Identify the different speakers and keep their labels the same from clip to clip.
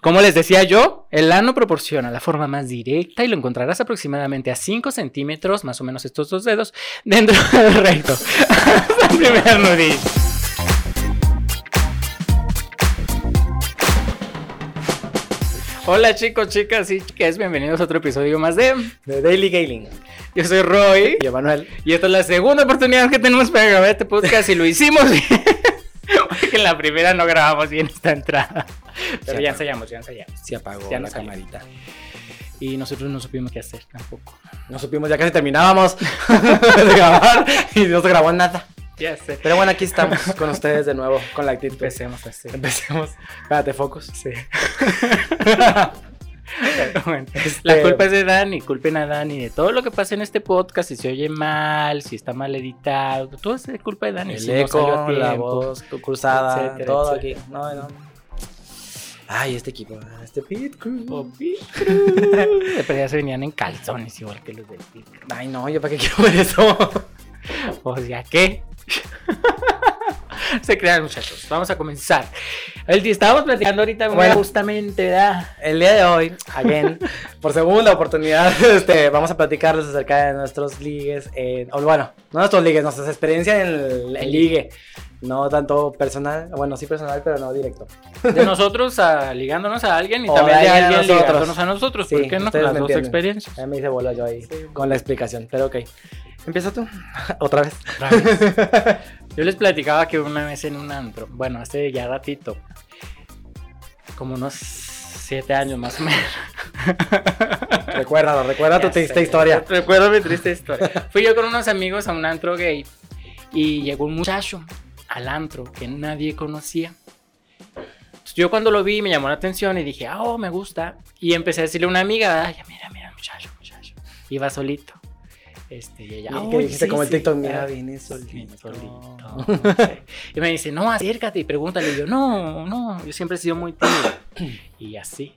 Speaker 1: Como les decía yo, el ano proporciona la forma más directa y lo encontrarás aproximadamente a 5 centímetros, más o menos estos dos dedos, dentro del recto. Hasta el primer nudillo. Hola chicos, chicas y chicas, bienvenidos a otro episodio más de...
Speaker 2: De Daily Galing.
Speaker 1: Yo soy Roy
Speaker 2: Y Emanuel.
Speaker 1: y esta es la segunda oportunidad que tenemos para grabar este podcast y lo hicimos bien. Porque en la primera no grabamos bien esta entrada. Pero
Speaker 2: Sí.
Speaker 1: ya ensayamos, ya ensayamos.
Speaker 2: Se apagó
Speaker 1: Ya no
Speaker 2: la
Speaker 1: salió.
Speaker 2: camarita.
Speaker 1: Y nosotros no supimos qué hacer tampoco.
Speaker 2: No supimos, ya casi terminábamos de grabar y no se grabó nada.
Speaker 1: Ya sé.
Speaker 2: Pero bueno, aquí estamos con ustedes de nuevo, con la actitud.
Speaker 1: Empecemos así.
Speaker 2: Empecemos. Espérate, focus.
Speaker 1: Sí. Pero bueno,
Speaker 2: Este,
Speaker 1: La culpa es de Dani, culpen a Dani de todo lo que pasa en este podcast, si se oye mal, si está mal editado, todo es culpa de Dani.
Speaker 2: El
Speaker 1: si no salió a
Speaker 2: eco, la
Speaker 1: tiempo.
Speaker 2: voz cruzada,
Speaker 1: etcétera,
Speaker 2: todo
Speaker 1: etcétera.
Speaker 2: aquí. No, no. Ay, este equipo, este pit crew.
Speaker 1: Popi. Pero ya se venían en calzones igual que los del pico.
Speaker 2: Ay, no, yo para qué quiero ver eso.
Speaker 1: O sea que. se crean, muchachos. Vamos a comenzar. El día estábamos platicando ahorita
Speaker 2: Bueno.
Speaker 1: justamente da.
Speaker 2: El día de hoy, again, por segunda oportunidad, este, vamos a platicarles acerca de nuestros ligues, en, o bueno, no nuestros ligues, nuestras experiencias en el en ligue. No tanto personal, bueno, sí personal, pero no directo.
Speaker 1: De nosotros a- ligándonos a alguien y
Speaker 2: O
Speaker 1: también
Speaker 2: de
Speaker 1: de
Speaker 2: alguien a
Speaker 1: alguien
Speaker 2: nosotros.
Speaker 1: ligándonos a nosotros.
Speaker 2: Sí,
Speaker 1: ¿Por qué no?
Speaker 2: ustedes
Speaker 1: Las
Speaker 2: me
Speaker 1: dos
Speaker 2: entienden.
Speaker 1: experiencias.
Speaker 2: A mí se voló yo ahí
Speaker 1: Sí.
Speaker 2: con la explicación, pero ok. Empieza tú, otra vez.
Speaker 1: Otra vez. Yo les platicaba que una vez en un antro, bueno, hace ya ratito, como unos siete años más o menos.
Speaker 2: Recuérdalo, recuerda tu
Speaker 1: Ya sé,
Speaker 2: triste historia.
Speaker 1: Recuerdo mi triste historia. Fui yo con unos amigos a un antro gay y llegó un muchacho al antro que nadie conocía. Entonces, Yo cuando lo vi me llamó la atención y dije, ah, oh, me gusta. Y empecé a decirle a una amiga, ¿verdad? Ya, mira, mira, muchacho, muchacho. Iba solito. Este, y ella,
Speaker 2: Y
Speaker 1: "Ay,
Speaker 2: que dijiste
Speaker 1: sí,
Speaker 2: como el
Speaker 1: sí,
Speaker 2: TikTok,
Speaker 1: ah,
Speaker 2: mira, viene
Speaker 1: sí,
Speaker 2: solito.
Speaker 1: solito, sí. Y me dice, no, acércate y pregúntale. Y yo, no, no, yo siempre he sido muy tímido. Y así.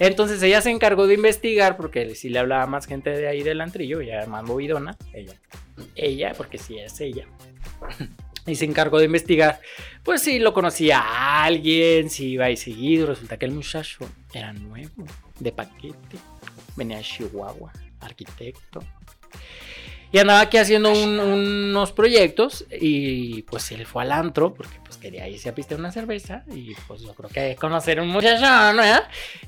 Speaker 1: Entonces ella se encargó de investigar porque si le hablaba más gente de ahí del antrillo, ya más movidona, ella. Ella, porque sí es ella. Y se encargó de investigar, pues si lo conocía a alguien, si iba ahí seguido. Resulta que el muchacho era nuevo, de paquete. Venía de Chihuahua, arquitecto. Y andaba aquí haciendo un- unos proyectos y pues él fue al antro porque pues quería irse a pistear una cerveza y pues yo creo que conocer a un muchacho, ¿no?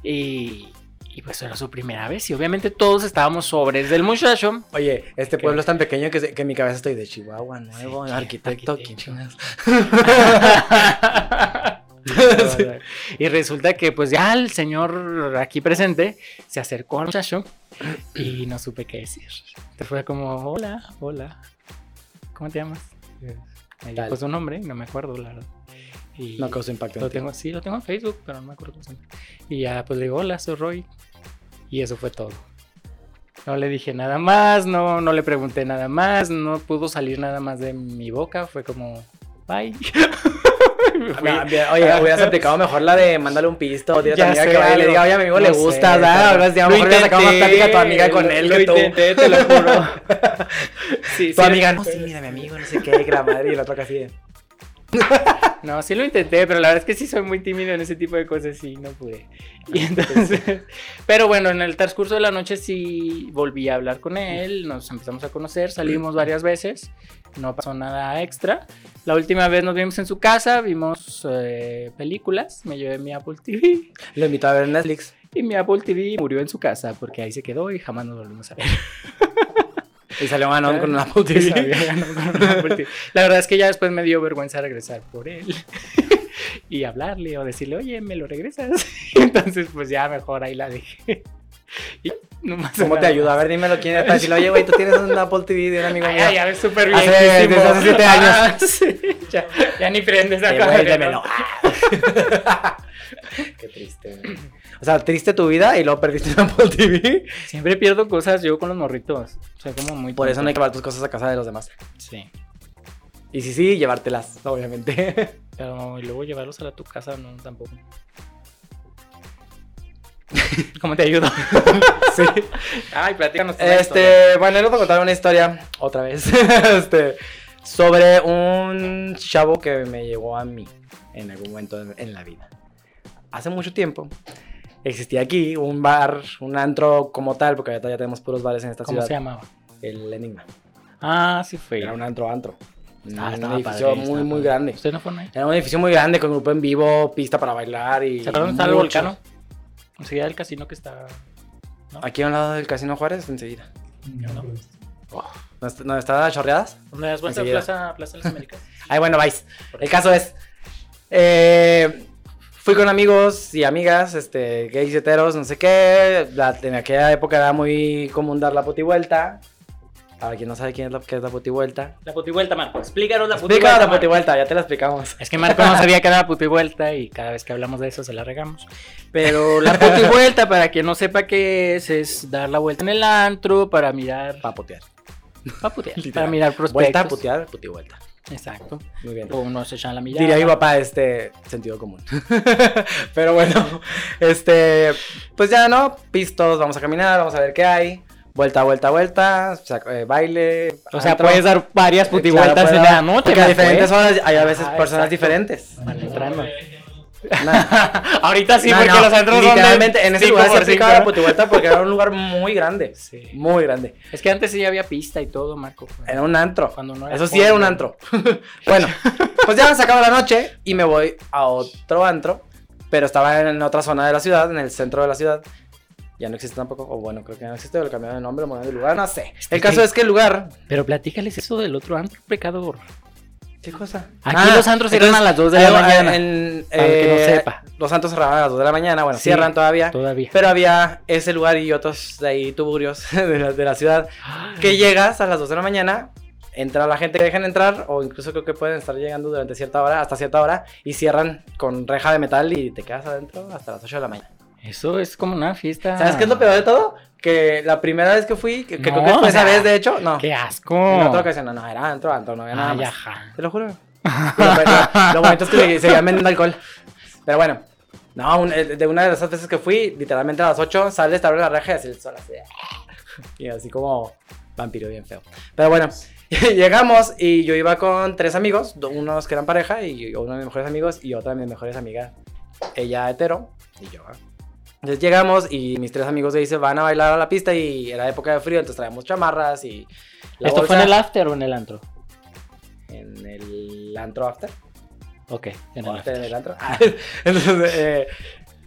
Speaker 1: Y, y pues era su primera vez y obviamente todos estábamos sobres del muchacho.
Speaker 2: Oye, este
Speaker 1: Ok.
Speaker 2: pueblo es tan pequeño que, se- que en mi cabeza estoy de Chihuahua, nuevo,
Speaker 1: Sí,
Speaker 2: arquitecto,
Speaker 1: arquitecto.
Speaker 2: ¿quién chingas?
Speaker 1: Sí. Y resulta que pues ya el señor aquí presente se acercó al muchacho y no supe qué decir. Entonces fue como, hola, hola, ¿cómo te llamas? Me dijo
Speaker 2: Tal.
Speaker 1: su nombre, no me acuerdo, la verdad. Y
Speaker 2: No causó impacto. en
Speaker 1: lo
Speaker 2: ti.
Speaker 1: tengo, sí, lo tengo en Facebook, pero no me acuerdo cómo se llama. Y ya pues le digo, hola, soy Roy. Y eso fue todo. No le dije nada más, no, no le pregunté nada más, no pudo salir nada más de mi boca, fue como, bye. Me fui.
Speaker 2: No, bien, oye, hubieras aplicado mejor la de mándale un pisto. Dile a tu
Speaker 1: Ya
Speaker 2: amiga
Speaker 1: sé,
Speaker 2: que vaya y le
Speaker 1: algo.
Speaker 2: diga, oye, amigo, le
Speaker 1: No sé,
Speaker 2: gusta, ¿verdad?
Speaker 1: pero-
Speaker 2: Ahora sí, a lo
Speaker 1: Lo
Speaker 2: mejor hubieras sacado más
Speaker 1: intenté,
Speaker 2: plática a tu amiga con
Speaker 1: lo-
Speaker 2: él
Speaker 1: lo
Speaker 2: que tú.
Speaker 1: intenté, te lo juro. Sí,
Speaker 2: Tu
Speaker 1: sí,
Speaker 2: amiga, no, sí, mira, mi amigo, no sé qué, que la madre y la otra así de.
Speaker 1: No, sí lo intenté, pero la verdad es que sí soy muy tímido en ese tipo de cosas y no pude. Y entonces, pero bueno, en el transcurso de la noche sí volví a hablar con él, nos empezamos a conocer, salimos varias veces, no pasó nada extra. La última vez nos vimos en su casa, vimos eh, películas, me llevé mi Apple TV
Speaker 2: Lo invitó a ver Netflix.
Speaker 1: y mi Apple TV murió en su casa porque ahí se quedó y jamás nos volvimos a ver.
Speaker 2: Y salió Manon con una puta.
Speaker 1: Sí, había ganado con una Apple TV. La verdad es que ya después me dio vergüenza regresar por él y hablarle o decirle, oye, me lo regresas. Entonces, pues ya mejor ahí la dejé. Y no pasa
Speaker 2: ¿Cómo te
Speaker 1: nada.
Speaker 2: ayuda? A ver, dímelo quién es. Para decirle, oye, güey, tú tienes un Apple TV de un amigo
Speaker 1: Ay,
Speaker 2: mío.
Speaker 1: ay, ya ves súper bien.
Speaker 2: Hace- desde hace siete años.
Speaker 1: ya, ya ni
Speaker 2: "Eh,
Speaker 1: prendes acá.
Speaker 2: Devuélvemelo. Qué triste. O sea, triste tu vida y luego perdiste un Apple TV.
Speaker 1: Siempre pierdo cosas yo con los morritos. Soy como muy.
Speaker 2: Por eso no hay
Speaker 1: tonto.
Speaker 2: que llevar tus cosas a casa de los demás.
Speaker 1: Sí.
Speaker 2: Y sí, sí, llevártelas, obviamente.
Speaker 1: Pero y luego llevarlos a la- tu casa, no, tampoco. ¿Cómo te ayudo?
Speaker 2: Sí.
Speaker 1: Ay, platícanos. tú la historia.
Speaker 2: Este, bueno, les voy a contar una historia otra vez. este, sobre un chavo que me llegó a mí en algún momento en, en la vida. Hace mucho tiempo existía aquí un bar, un antro como tal, porque ahorita ya tenemos puros bares en esta
Speaker 1: ¿Cómo
Speaker 2: ciudad.
Speaker 1: se llamaba?
Speaker 2: El Enigma.
Speaker 1: Ah, sí fue.
Speaker 2: Era un antro antro.
Speaker 1: Ah,
Speaker 2: un
Speaker 1: estaba
Speaker 2: edificio
Speaker 1: padre,
Speaker 2: muy,
Speaker 1: estaba
Speaker 2: muy
Speaker 1: padre.
Speaker 2: grande.
Speaker 1: ¿Ustedes no fueron ahí?
Speaker 2: Era un edificio muy grande con grupo en vivo, pista para bailar y.
Speaker 1: ¿Cerraron dónde está el
Speaker 2: mucho.
Speaker 1: volcano? Enseguida del casino que está.
Speaker 2: Aquí a un lado del Casino Juárez, enseguida.
Speaker 1: ¿no?
Speaker 2: ¿No est- no está chorreadas?
Speaker 1: ¿Dónde das vuelta a
Speaker 2: Enseguida.
Speaker 1: Plaza, Plaza de las Américas?
Speaker 2: Ay, bueno, vais. El caso es. eh, fui con amigos y amigas, este, gays y heteros, no sé qué. La- en aquella época era muy común dar la putivuelta. Para quien no sabe quién es la, qué es la putivuelta.
Speaker 1: La putivuelta, Marco. Explícanos la
Speaker 2: Explica
Speaker 1: putivuelta.
Speaker 2: la
Speaker 1: Marco.
Speaker 2: putivuelta, ya te la explicamos.
Speaker 1: Es que Marco no sabía que era la putivuelta y cada vez que hablamos de eso se la regamos. Pero la putivuelta, para quien no sepa qué es, es dar la vuelta en el antro para mirar.
Speaker 2: Para putear.
Speaker 1: Para putear. para
Speaker 2: Literal.
Speaker 1: mirar prospectos.
Speaker 2: Vuelta a putear, putivuelta.
Speaker 1: Exacto.
Speaker 2: Muy bien.
Speaker 1: O uno se echan la mirada.
Speaker 2: Diría mi papá, este, sentido común. Pero bueno, este, pues ya no, pistos, vamos a caminar, vamos a ver qué hay. Vuelta, vuelta, vuelta, sac- eh, baile.
Speaker 1: O sea,
Speaker 2: antro.
Speaker 1: puedes dar varias
Speaker 2: Claro,
Speaker 1: putivueltas
Speaker 2: puedo
Speaker 1: en
Speaker 2: dar-
Speaker 1: la noche.
Speaker 2: Porque a
Speaker 1: Marco,
Speaker 2: diferentes
Speaker 1: ¿eh?
Speaker 2: horas hay a veces
Speaker 1: Ajá,
Speaker 2: personas
Speaker 1: exacto.
Speaker 2: diferentes.
Speaker 1: Para entrarnos.
Speaker 2: Nada.
Speaker 1: Ahorita sí,
Speaker 2: No,
Speaker 1: porque
Speaker 2: no,
Speaker 1: los antros son de
Speaker 2: Literalmente, en ese
Speaker 1: cinco
Speaker 2: lugar se
Speaker 1: por
Speaker 2: aplicaba
Speaker 1: cinco, ¿no?
Speaker 2: la putivuelta porque era un lugar muy grande.
Speaker 1: Sí.
Speaker 2: Muy grande.
Speaker 1: Es que antes sí había pista y todo, Marco.
Speaker 2: Era un antro.
Speaker 1: Cuando no era
Speaker 2: Eso sí
Speaker 1: joven,
Speaker 2: era un
Speaker 1: ¿no?
Speaker 2: antro. bueno, pues ya se acaba la noche y me voy a otro antro, pero estaba en otra zona de la ciudad, en el centro de la ciudad. Ya no existe tampoco, o bueno, creo que ya no existe, o le cambiaron de nombre, lo cambiaron de lugar, no sé.
Speaker 1: Este,
Speaker 2: El caso es que el lugar...
Speaker 1: Pero platícales eso del otro antro pecador.
Speaker 2: ¿Qué cosa? Ah, eh,
Speaker 1: Aquí los antros cierran a las 2 de la mañana. para el que no sepa.
Speaker 2: Los antros cerraban a las 2 de la mañana, bueno,
Speaker 1: Sí.
Speaker 2: cierran todavía.
Speaker 1: Todavía.
Speaker 2: ah, Pero había ese lugar y otros de ahí tuburios de la, de la ciudad que llegas a las 2 de la mañana, entra la gente que dejan entrar, o incluso creo que pueden estar llegando durante cierta hora, hasta cierta hora, y cierran con reja de metal y te quedas adentro hasta las 8 de la mañana.
Speaker 1: Eso es como una fiesta.
Speaker 2: ¿Sabes qué es lo peor de todo? Que la primera vez que fui, que, que
Speaker 1: No,
Speaker 2: creo que fue
Speaker 1: o
Speaker 2: esa
Speaker 1: sea,
Speaker 2: vez, de hecho, no.
Speaker 1: ¡Qué Ah, asco!
Speaker 2: En otra ocasión, Ah, no, no, era antro, antro, no había nada
Speaker 1: Ay,
Speaker 2: más.
Speaker 1: ajá.
Speaker 2: Te lo juro. Y lo, lo- lo bonito es que le- seguían vendiendo alcohol. Pero bueno. No, un- el- de una de las veces que fui, literalmente a las 8, sales, te abre la reja y así el sol así. Y así como vampiro bien feo. Pero bueno, llegamos y yo iba con tres amigos, do- unos que eran pareja y uno de mis mejores amigos y otra de mis mejores amigas. Ella hetero y yo. ¿va? Entonces llegamos y mis tres amigos se van a bailar a la pista y era época de frío, entonces traíamos chamarras y... la
Speaker 1: ¿Esto fue en el
Speaker 2: bolsa.
Speaker 1: after o en el antro?
Speaker 2: En el antro after.
Speaker 1: Ok, en el
Speaker 2: Ahorita
Speaker 1: after.
Speaker 2: en el antro. Ah, Entonces, eh,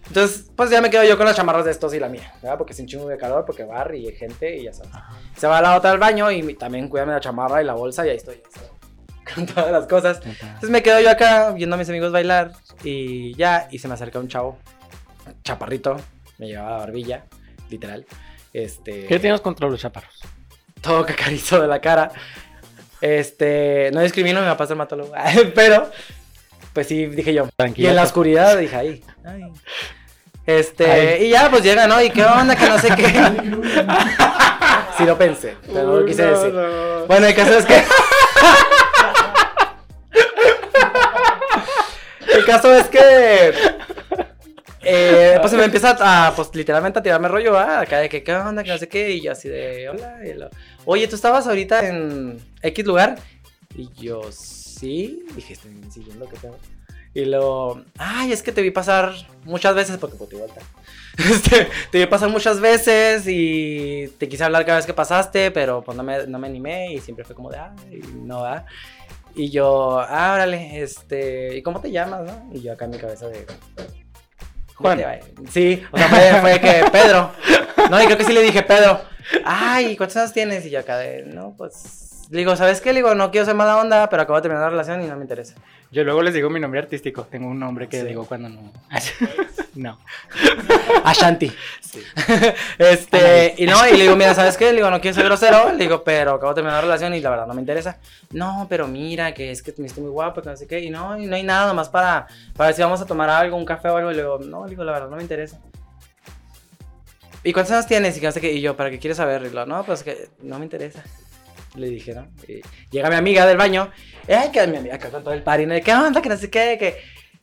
Speaker 2: entonces, pues ya me quedo yo con las chamarras de estos y la mía, ¿verdad? Porque sin chingo de calor, porque bar y gente y ya sabes. Se va la otra al baño y mi- también cuídame la chamarra y la bolsa y ahí estoy. ya sabes, Con todas las cosas. Entonces me quedo yo acá viendo a mis amigos bailar y ya, y se me acerca un chavo, chaparrito, me llevaba la barbilla, literal. Este,
Speaker 1: ¿Qué tienes contra los chaparros?
Speaker 2: todo cacarizo de la cara. Este, no discrimino, me va a pasar matólogo. Pero, pues sí, dije yo, y
Speaker 1: Tranquilo.
Speaker 2: en la oscuridad dije ahí. ay. Este, y ya pues llega, ¿no? Y qué onda, que no sé qué. sí lo pensé, pero no lo quise decir. Bueno, el caso es que. el caso es que. eh, pues se me empieza a, pues literalmente a tirarme rollo, ¿ah? Acá de que, ¿qué onda? Que no sé qué. Y yo así de, hola. y lo- Oye, ¿tú estabas ahorita en X lugar? Y yo, sí. Dije, estoy siguiendo, ¿qué pedo? Y luego, ay, es que te vi pasar muchas veces, porque pues, te vuelta. Este, te vi pasar muchas veces y te quise hablar cada vez que pasaste, pero pues no me, no me animé y siempre fue como de, ay, no va. Y yo, ah, órale, este, ¿y cómo te llamas, no? Y yo acá en mi cabeza de... ¿cómo
Speaker 1: Juan.
Speaker 2: te va? Sí, o sea, fue, fue que Pedro. No, y creo que sí le dije Pedro. Ay, ¿cuántos años tienes? Y yo acá de, no, pues... Le digo, ¿sabes qué? Le digo, no quiero ser mala onda, pero acabo de terminar la relación y no me interesa.
Speaker 1: Yo luego les digo mi nombre artístico. Tengo un nombre que
Speaker 2: Sí.
Speaker 1: digo cuando no. no.
Speaker 2: Ashanti. este, y no, y le digo, mira, ¿sabes qué? Le digo, no quiero ser grosero. Le digo, pero acabo de terminar la relación y la verdad no me interesa. No, pero mira, que es que me estoy muy guapo, que no sé qué. Y no, y no hay nada más para, para ver si vamos a tomar algo, un café o algo. Y le digo, no, le digo, la verdad no me interesa. ¿Y cuántos años tienes? Y que no sé qué. Y yo, ¿para qué quieres saber? Y lo, no, pues que no me interesa. Le dije, ¿no? Y llega mi amiga del baño. Ay, que mi amiga acá con todo el party. ¿no? ¿Qué onda? Que no sé qué. Que...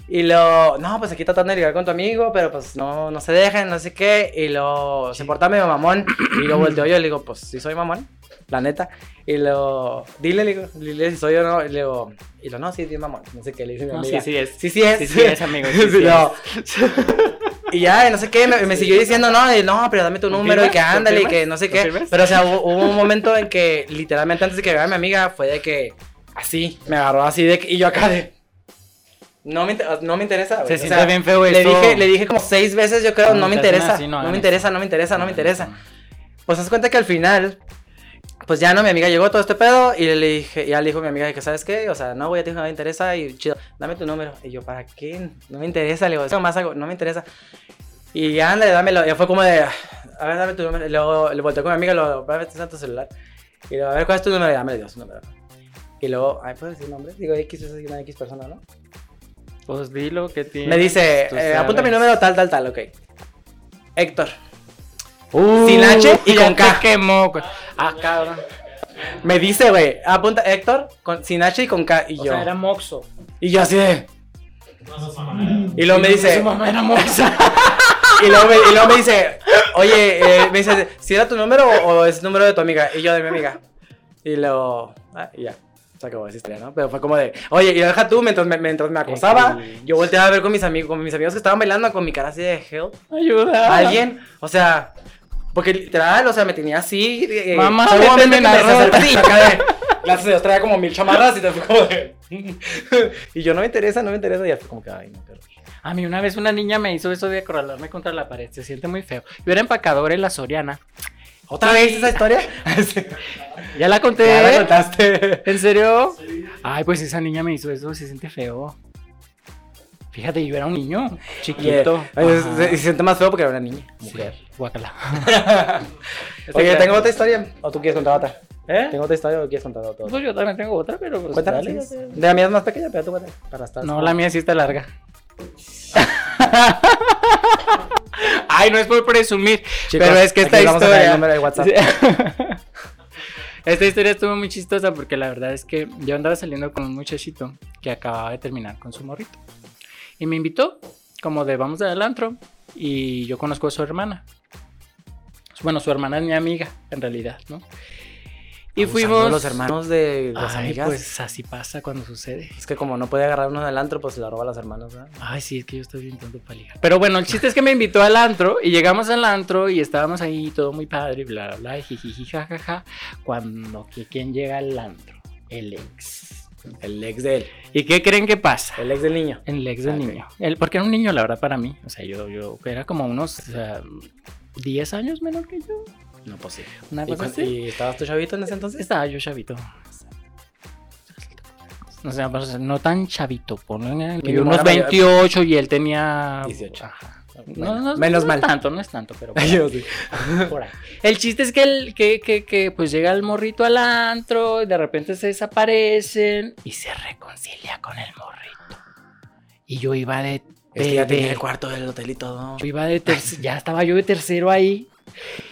Speaker 2: Y lo, no, pues aquí tratando de ligar con tu amigo, pero pues no, no se dejen, no sé qué. Y lo, se porta medio mamón. Y lo volteo yo y le digo, pues sí soy mamón, la neta. Y lo, dile, le digo, dile si soy yo o no. Y le digo, y lo, no, sí, sí, mamón. No sé qué, le dice mi
Speaker 1: No,
Speaker 2: amiga.
Speaker 1: sí, sí es.
Speaker 2: Sí, sí es.
Speaker 1: Sí, sí es, amigo. Sí, sí
Speaker 2: Y
Speaker 1: es.
Speaker 2: lo- Y ya, y no sé qué, me, me siguió diciendo, no, y no, pero dame tu número y que
Speaker 1: ¿Confirmas?
Speaker 2: ándale y
Speaker 1: ¿Confirmas?
Speaker 2: que no sé qué.
Speaker 1: ¿Confirmas?
Speaker 2: Pero, o sea, hubo, hubo un momento en que literalmente antes de que vea a mi amiga fue de que así, me agarró así de que, y yo acá de... No me, inter- no me interesa. güey".
Speaker 1: Se
Speaker 2: O
Speaker 1: siente
Speaker 2: sea,
Speaker 1: bien feo
Speaker 2: Le
Speaker 1: esto.
Speaker 2: dije, le dije como seis veces, yo creo,
Speaker 1: No,
Speaker 2: no me
Speaker 1: te hacen
Speaker 2: interesa,
Speaker 1: así, no,
Speaker 2: no
Speaker 1: hagan
Speaker 2: me
Speaker 1: eso.
Speaker 2: interesa, no me interesa, no me interesa.
Speaker 1: Ah.
Speaker 2: Pues haz cuenta que al final, pues ya no, mi amiga llegó todo este pedo y le dije, ya le dijo mi amiga de que, ¿sabes qué? O sea, no, güey, a ti no me interesa y chido, dame tu número. Y yo, ¿para qué? No me interesa, le digo, "Es nomás algo, no me interesa. Y ya, ándale, dámelo. Ya fue como de, a ver, dame tu número. Y luego le volteé con mi amiga, lo luego, "Dame tu celular. Y le digo, a ver, ¿cuál es tu número? Y ya me dio su número. Y luego, ay, ¿puedo decir nombre? Digo, X es una X persona, ¿no?
Speaker 1: Pues dilo que tiene.
Speaker 2: Me dice,
Speaker 1: pues, Tú
Speaker 2: eh, apunta mi
Speaker 1: sabes.
Speaker 2: número tal, tal, tal, ok. Héctor.
Speaker 1: Uh,
Speaker 2: Sin H y
Speaker 1: ya
Speaker 2: con K.
Speaker 1: te quemó. co- Ah, cabrón.
Speaker 2: Me dice, güey, apunta Héctor con, sin H y con K. Y
Speaker 1: O
Speaker 2: yo.
Speaker 1: sea, era Moxo.
Speaker 2: Y yo así de. Y luego me dice.
Speaker 1: Su mamá era Moxo.
Speaker 2: Y luego me, y luego me dice. Oye, eh, me dice, ¿si era tu número o, o es número de tu amiga? Y yo de mi amiga. Y luego. ah, y ya. Se acabó esa historia, ¿no? Pero fue como de. Oye, y deja tú, mientras me, mientras me acosaba,
Speaker 1: cringe.
Speaker 2: yo volteaba a ver con mis amigos, con mis amigos que estaban bailando con mi cara así de help.
Speaker 1: Ayuda.
Speaker 2: alguien, o sea, porque literal, o sea, me tenía así. eh,
Speaker 1: Mamá,
Speaker 2: fue un momento
Speaker 1: méteme
Speaker 2: que
Speaker 1: la
Speaker 2: me
Speaker 1: ropa.
Speaker 2: acerqué acá de, Gracias a Dios, traía como mil chamarras y te fue como de. y yo no me interesa, no me interesa. Y ya fue como que, ay, no, pero.
Speaker 1: A mí una vez una niña me hizo eso de acorralarme contra la pared. Se siente muy feo. Yo era empacadora en la Soriana.
Speaker 2: ¿Otra vez esa historia?
Speaker 1: Ya la conté.
Speaker 2: ya la contaste.
Speaker 1: ¿En serio? Ay, pues esa niña me hizo eso. Se siente feo. Fíjate, yo era un niño chiquito.
Speaker 2: eh, Ay, es-
Speaker 1: Ajá.
Speaker 2: se, se siente más feo porque era una niña.
Speaker 1: Sí, guácala.
Speaker 2: Oye,
Speaker 1: claro.
Speaker 2: tengo otra historia. ¿O tú quieres contar otra?
Speaker 1: ¿Eh?
Speaker 2: ¿Tengo otra historia o quieres contar otra?
Speaker 1: Pues yo también tengo otra, pero pues
Speaker 2: Cuéntame.
Speaker 1: dale.
Speaker 2: sí. De la mía es más pequeña, pero tú cuéntame. Para estar.
Speaker 1: No, la mía sí está larga. Ay, no es por presumir,
Speaker 2: Chicos,
Speaker 1: pero es que esta
Speaker 2: aquí vamos a dejar el
Speaker 1: historia.
Speaker 2: número de WhatsApp.
Speaker 1: esta historia estuvo muy chistosa porque la verdad es que yo andaba saliendo con un muchachito que acababa de terminar con su morrito. Y me invitó, como de vamos al antro, y yo conozco a su hermana. Bueno, su hermana es mi amiga, en realidad, ¿no? Y
Speaker 2: Abusando
Speaker 1: fuimos.
Speaker 2: Los hermanos de las
Speaker 1: Ay,
Speaker 2: amigas.
Speaker 1: pues así pasa cuando sucede.
Speaker 2: Es que como no puede agarrar uno del antro, pues se lo roba a las hermanas, ¿verdad?
Speaker 1: Ay, sí, es que yo estoy bien tonto para ligar. Pero bueno, el chiste es que me invitó al antro y llegamos al antro y estábamos ahí todo muy padre, bla, bla, bla, y jijiji, jajaja. Cuando, que ¿quién llega al antro? El ex.
Speaker 2: El ex de él,
Speaker 1: ¿Y qué creen que pasa?
Speaker 2: el ex del niño.
Speaker 1: El ex del
Speaker 2: Ah, ok.
Speaker 1: niño. El, porque era un niño, la verdad, para mí. O sea, yo, yo era como unos o sea, 10 años menor que yo.
Speaker 2: No, pues sí.
Speaker 1: Una
Speaker 2: ¿Y,
Speaker 1: cosa
Speaker 2: cuan-
Speaker 1: así.
Speaker 2: y estabas tú chavito en ese entonces?
Speaker 1: Estaba yo chavito. O sea, pues, no tan chavito, ponle que
Speaker 2: Mínimo
Speaker 1: unos
Speaker 2: era mayor.
Speaker 1: 28 y él tenía
Speaker 2: 18.
Speaker 1: Ajá.
Speaker 2: Bueno,
Speaker 1: No, no, no,
Speaker 2: menos
Speaker 1: no
Speaker 2: mal.
Speaker 1: es tanto, no es tanto, pero por ahí,
Speaker 2: Yo sí.
Speaker 1: por ahí. El chiste es que, el, que, que, que, pues llega el morrito al antro y de repente se desaparecen y se reconcilia con el morrito. Y yo iba de...
Speaker 2: Es que ya
Speaker 1: de-
Speaker 2: tenía
Speaker 1: de-
Speaker 2: el Eh, cuarto del hotel y todo.
Speaker 1: yo iba de tercero, ya estaba yo de tercero ahí.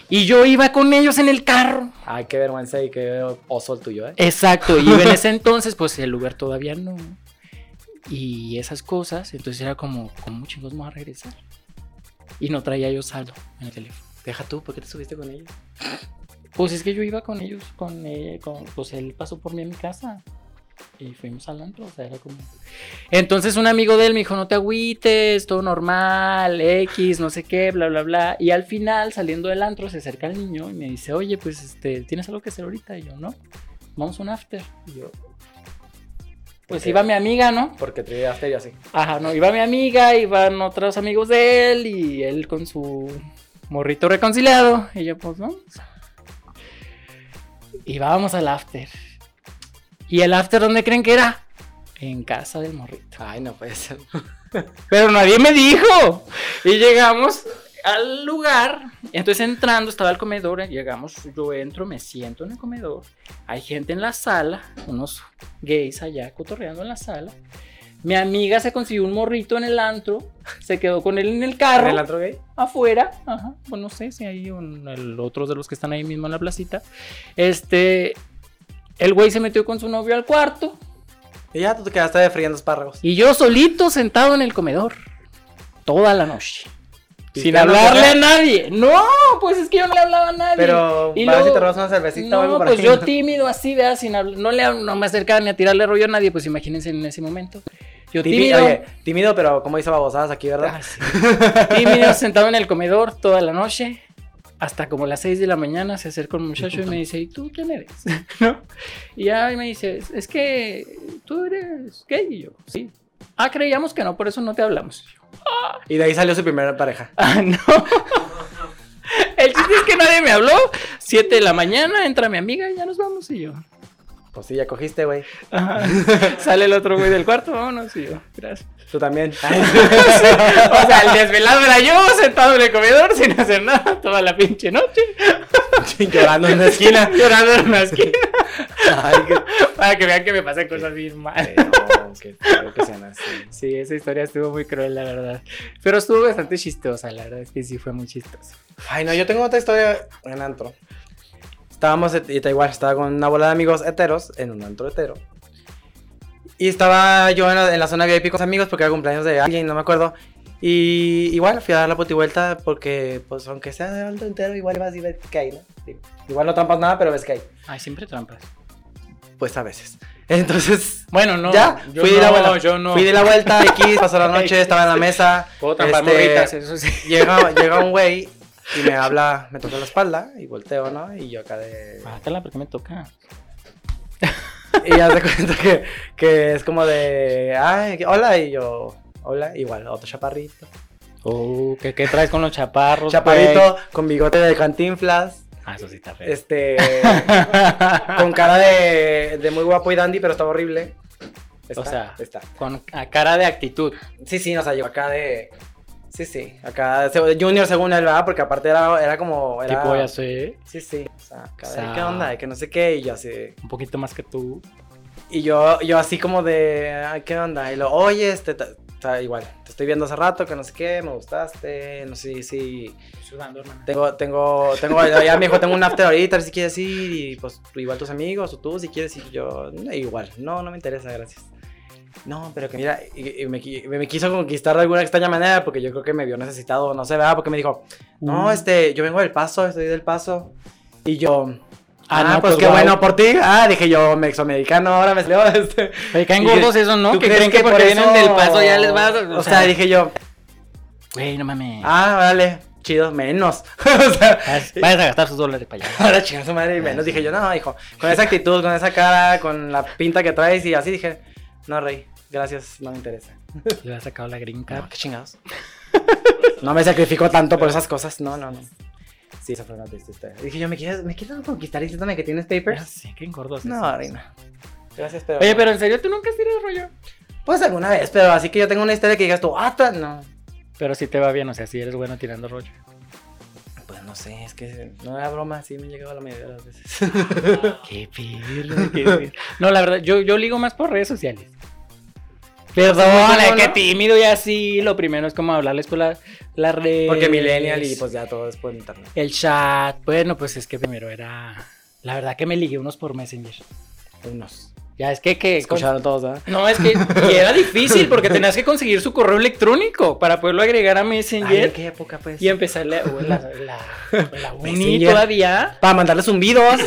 Speaker 1: Y yo iba con ellos en el carro.
Speaker 2: Ay, qué vergüenza y qué oso el tuyo, ¿eh?
Speaker 1: Exacto, y en ese entonces, pues el lugar todavía no. Y esas cosas, entonces era como, ¿cómo chingos vamos a regresar? Y no traía yo saldo en el teléfono.
Speaker 2: Deja tú, ¿por qué te subiste con ellos?
Speaker 1: Pues es que yo iba con ellos, con, eh, con- pues él pasó por mí a mi casa y fuimos al antro, o sea, era como... Entonces un amigo de él me dijo, no te agüites, todo normal, X, no sé qué, bla, bla, bla. Y al final, saliendo del antro, se acerca el niño y me dice, oye, pues, este, ¿tienes algo que hacer ahorita? Y yo, no, vamos a un after. Y yo... Pues
Speaker 2: Ok.
Speaker 1: iba mi amiga, ¿no?
Speaker 2: Porque te llevaste yo así.
Speaker 1: Ajá, no, iba mi amiga, iban otros amigos de él y él con su morrito reconciliado. Y yo, pues vamos. Y vamos al after. ¿Y el after dónde creen que era? En casa del morrito.
Speaker 2: Ay, no puede ser.
Speaker 1: Pero nadie me dijo. Y llegamos al lugar. Entonces entrando estaba el comedor. eh, Llegamos, yo entro, me siento en el comedor. Hay gente en la sala, unos gays allá cotorreando en la sala. Mi amiga se consiguió un morrito en el antro, se quedó con él en el
Speaker 2: ¿En
Speaker 1: carro
Speaker 2: el antro gay?
Speaker 1: afuera, ajá, pues no sé si hay un, el otro de los que están ahí mismo en la placita. Este, el güey se metió con su novio al cuarto
Speaker 2: Y ya tú te quedaste de friendo espárragos.
Speaker 1: y yo solito sentado en el comedor toda la noche.
Speaker 2: ¿Y
Speaker 1: Sin
Speaker 2: ya no te
Speaker 1: hablarle a
Speaker 2: habla-
Speaker 1: nadie. No, pues es que yo no le hablaba a nadie.
Speaker 2: Pero,
Speaker 1: Y
Speaker 2: a ver si
Speaker 1: luego-
Speaker 2: te robas una cervecita o algo
Speaker 1: no,
Speaker 2: por
Speaker 1: pues
Speaker 2: ahí.
Speaker 1: yo tímido así, vea, sin hablar, no, le, hab- no me acercaba ni a tirarle rollo a nadie, pues imagínense en ese momento. Yo
Speaker 2: Tími-
Speaker 1: tímido.
Speaker 2: Oye, tímido, pero como hizo babosadas aquí,
Speaker 1: Ah,
Speaker 2: ¿verdad?
Speaker 1: sí. Tímido, sentado en el comedor toda la noche. Hasta como las 6 de la mañana se acerca un muchacho y me dice, ¿y tú quién eres? ¿No? Y ya y me dice, "Es- es que tú eres gay. Y yo, sí. Ah, creíamos que no, por eso no te hablamos. Y yo,
Speaker 2: Y de ahí salió su primera pareja.
Speaker 1: Ah, no. El chiste es que nadie me habló. 7 de la mañana, entra mi amiga y ya nos vamos. Y yo,
Speaker 2: Pues sí, ya cogiste, güey.
Speaker 1: "Ajá". sale el otro güey del cuarto, vámonos. Y yo, gracias.
Speaker 2: Tú también.
Speaker 1: O sea, el desvelado era yo, sentado en el comedor sin hacer nada toda la pinche noche.
Speaker 2: Llorando en la esquina.
Speaker 1: Llorando en una esquina.
Speaker 2: Ay, qué...
Speaker 1: Para que vean que me pasan cosas bien mal.
Speaker 2: no, qué feo que sean así.
Speaker 1: Sí, esa historia estuvo muy cruel, la verdad. Pero estuvo bastante chistosa, la verdad es que sí fue muy chistosa.
Speaker 2: Ay, no, yo tengo otra historia en antro. Estábamos, et- y da igual, estaba con una bola de amigos heteros en un antro hetero. Y estaba yo en la, en la zona VIP con mis amigos porque era cumpleaños de alguien, no me acuerdo. Y igual fui a dar la putivuelta porque, pues, aunque sea de antro entero, igual vas y ves que hay, ¿no? Sí. Igual no trampas nada, pero ves que hay.
Speaker 1: Ay, siempre trampas.
Speaker 2: Pues a veces. Entonces,
Speaker 1: Bueno, no.
Speaker 2: ya,
Speaker 1: yo
Speaker 2: fui,
Speaker 1: no,
Speaker 2: de la vuelta,
Speaker 1: Yo no.
Speaker 2: fui de la vuelta, X, pasó la noche, estaba en la mesa.
Speaker 1: Puedo trampar
Speaker 2: este,
Speaker 1: morritas, eso sí.
Speaker 2: llega, llega un güey y me habla, me toca la espalda y volteo, ¿no? Y yo acá de...
Speaker 1: Mátala porque me toca.
Speaker 2: Y ya se cuenta que, que es como de... Ay, que- hola, y yo... Hola, igual, otro chaparrito.
Speaker 1: Oh, ¿qué, qué traes con los chaparros? güey?
Speaker 2: Chaparrito con bigote de cantinflas.
Speaker 1: Ah, eso sí está feo.
Speaker 2: Este... con cara de, de muy guapo y dandy, pero estaba horrible. Está,
Speaker 1: O sea-
Speaker 2: Está.
Speaker 1: Con a cara de actitud.
Speaker 2: Sí, sí, o sea, yo acá de... Sí, sí, acá... se- Junior según él, ¿verdad? Porque aparte era, era como... Era,
Speaker 1: Tipo, ya sé,
Speaker 2: Sí, sí. O sea, acá
Speaker 1: O
Speaker 2: de,
Speaker 1: sea-
Speaker 2: ¿qué onda? Que no sé qué. Y yo así... de,
Speaker 1: un poquito más que tú.
Speaker 2: Y yo, yo así como de, "Ay, ¿qué onda? Y lo, oye, este, ta- ta- igual, te estoy viendo hace rato, que no sé qué, me gustaste, no sé si
Speaker 1: Sudando, hermana.
Speaker 2: tengo, tengo, tengo, ya me dijo, tengo un after ahorita, si quieres ir, y pues igual tus amigos, o tú si quieres, y yo, "No, igual, no, no me interesa, gracias. No, pero que mira, y- y me, qui- me quiso conquistar de alguna extraña manera, porque yo creo que me vio necesitado, no sé, ¿verdad? Porque me dijo,
Speaker 1: Mm.
Speaker 2: no, este, yo vengo del paso, estoy del paso, y yo...
Speaker 1: Ah,
Speaker 2: Ah,
Speaker 1: no,
Speaker 2: pues,
Speaker 1: pues,
Speaker 2: qué
Speaker 1: guau.
Speaker 2: bueno por ti. Ah, dije yo, mexoamericano, ahora me salió este.
Speaker 1: Oye, caen
Speaker 2: ¿Y
Speaker 1: gordos esos, ¿no?
Speaker 2: ¿Tú
Speaker 1: Que
Speaker 2: crees
Speaker 1: creen que porque
Speaker 2: por
Speaker 1: vienen
Speaker 2: eso-
Speaker 1: del paso ya les va a...
Speaker 2: O sea, dije yo,
Speaker 1: Güey, no mames.
Speaker 2: ah, vale, chido, menos. o sea,
Speaker 1: Vas- Vayas a gastar sus dólares para allá.
Speaker 2: ahora chingar su madre y menos. Dije yo, no, hijo, con esa actitud, con esa cara, con la pinta que traes y así dije, no, rey, gracias, no me interesa.
Speaker 1: Le has sacado la green
Speaker 2: No,
Speaker 1: card.
Speaker 2: qué chingados. no me sacrifico tanto por esas cosas. No, no, no. Sí, esa fue una triste historia. Dije yo, ¿me quieres, me quieres conquistar diciéndome que tienes
Speaker 1: Ya
Speaker 2: papers?
Speaker 1: sé, qué engordos.
Speaker 2: No, reina. Gracias, pero.
Speaker 1: Oye,
Speaker 2: no.
Speaker 1: pero en serio, tú nunca has tirado rollo.
Speaker 2: Pues alguna vez, pero así que yo tengo una historia que digas tú, ah, ta-". no.
Speaker 1: Pero sí te va bien, o sea, si eres bueno tirando rollo.
Speaker 2: Pues no sé, es que no era broma, sí me he llegado a la mayoría de las veces.
Speaker 1: Qué pedirle, qué pedirle. No, la verdad, yo, yo ligo más por redes sociales. Perdón,
Speaker 2: Sí,
Speaker 1: es
Speaker 2: no,
Speaker 1: que
Speaker 2: no.
Speaker 1: tímido y así. Lo primero es como hablarles por la, la red.
Speaker 2: Porque millennial y pues ya todo es por internet.
Speaker 1: El chat. Bueno, pues es que primero era. La verdad que me ligué unos por Messenger.
Speaker 2: Unos.
Speaker 1: Ya es que. que
Speaker 2: Escucharon todos, ¿verdad?
Speaker 1: No, es que y era difícil porque tenías que conseguir su correo electrónico para poderlo agregar a
Speaker 2: Ay, ¿en
Speaker 1: Messenger
Speaker 2: qué época pues?
Speaker 1: y empezarle a o la, la, la uni
Speaker 2: Messenger.
Speaker 1: todavía.
Speaker 2: Para mandarle zumbidos.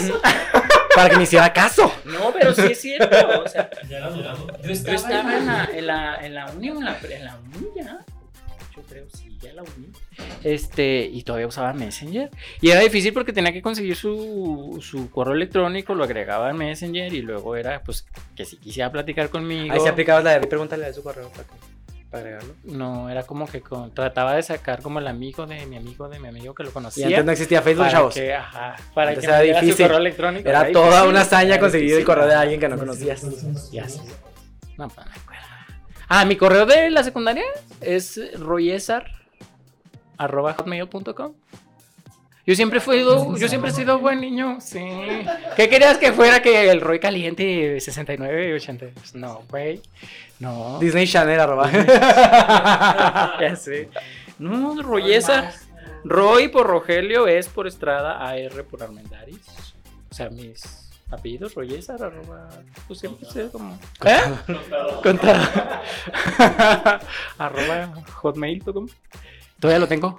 Speaker 2: para que me hiciera caso.
Speaker 1: No, pero sí es cierto. O sea, yo estaba, en, la, en, la, en la uni, o en la, pre- en la uni ya. Yo creo, sí, ya la uni. Este, y todavía usaba Messenger. Y era difícil porque tenía que conseguir su, su correo electrónico, lo agregaba en Messenger y luego era, pues, que si quisiera platicar conmigo.
Speaker 2: Ahí se aplicaba la de pregúntale de su correo para, que- para agregarlo.
Speaker 1: No, era como que con- trataba de sacar como el amigo de mi amigo de mi amigo que lo
Speaker 2: Y
Speaker 1: conocía.
Speaker 2: antes no existía Facebook,
Speaker 1: para
Speaker 2: chavos.
Speaker 1: que, ajá, para
Speaker 2: Antes
Speaker 1: que
Speaker 2: era
Speaker 1: me diera su
Speaker 2: difícil.
Speaker 1: correo electrónico.
Speaker 2: Era
Speaker 1: Ay,
Speaker 2: toda
Speaker 1: sí,
Speaker 2: una hazaña
Speaker 1: era
Speaker 2: conseguir el
Speaker 1: difícil.
Speaker 2: correo de alguien que no conocías.
Speaker 1: Ya sé. No, pues, no me acuerdo. Ah, mi correo de la secundaria es royesar.hotmail.com. Yo siempre he sido, yo siempre he sido buen niño, sí. ¿Qué querías que fuera que el Roy Caliente 69 y 80? Pues no, güey. No.
Speaker 2: Disney Channel, arroba.
Speaker 1: ya sé. No, Royesar. Roy por Rogelio, es por Estrada, AR por Armendaris. O sea, mis apellidos, Royesar, arroba. Pues siempre sé como. ¿Eh? Contado. arroba hotmail.com. Todavía lo tengo.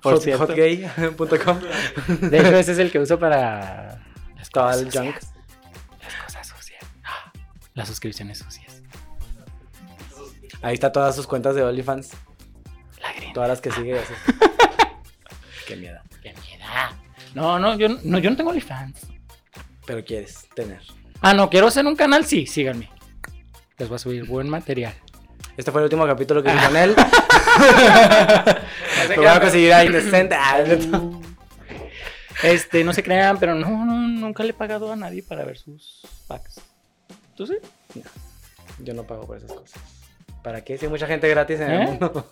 Speaker 1: Por
Speaker 2: Hot-
Speaker 1: cierto.
Speaker 2: Hotgay.com.
Speaker 1: De hecho, ese es el que uso para las
Speaker 2: Todo
Speaker 1: cosas
Speaker 2: el junk.
Speaker 1: sucias. Las cosas sucias. Las suscripciones sucias.
Speaker 2: Ahí está todas sus cuentas de OnlyFans.
Speaker 1: La gringa.
Speaker 2: Todas las que sigue. así. Qué miedo.
Speaker 1: Qué miedo. Ah. No, no, yo no, yo no tengo OnlyFans.
Speaker 2: Pero quieres tener.
Speaker 1: Ah, no, quiero hacer un canal, sí, síganme. Les voy a subir buen material.
Speaker 2: Este fue el último capítulo que vi con él. Lo voy a conseguir a Indecente. Ah, no.
Speaker 1: Este, no se crean, pero no, no, nunca le he pagado a nadie para ver sus packs. ¿Tú sí?
Speaker 2: Yo no pago por esas cosas. ¿Para qué? Si hay mucha gente gratis en
Speaker 1: ¿Eh?
Speaker 2: el mundo.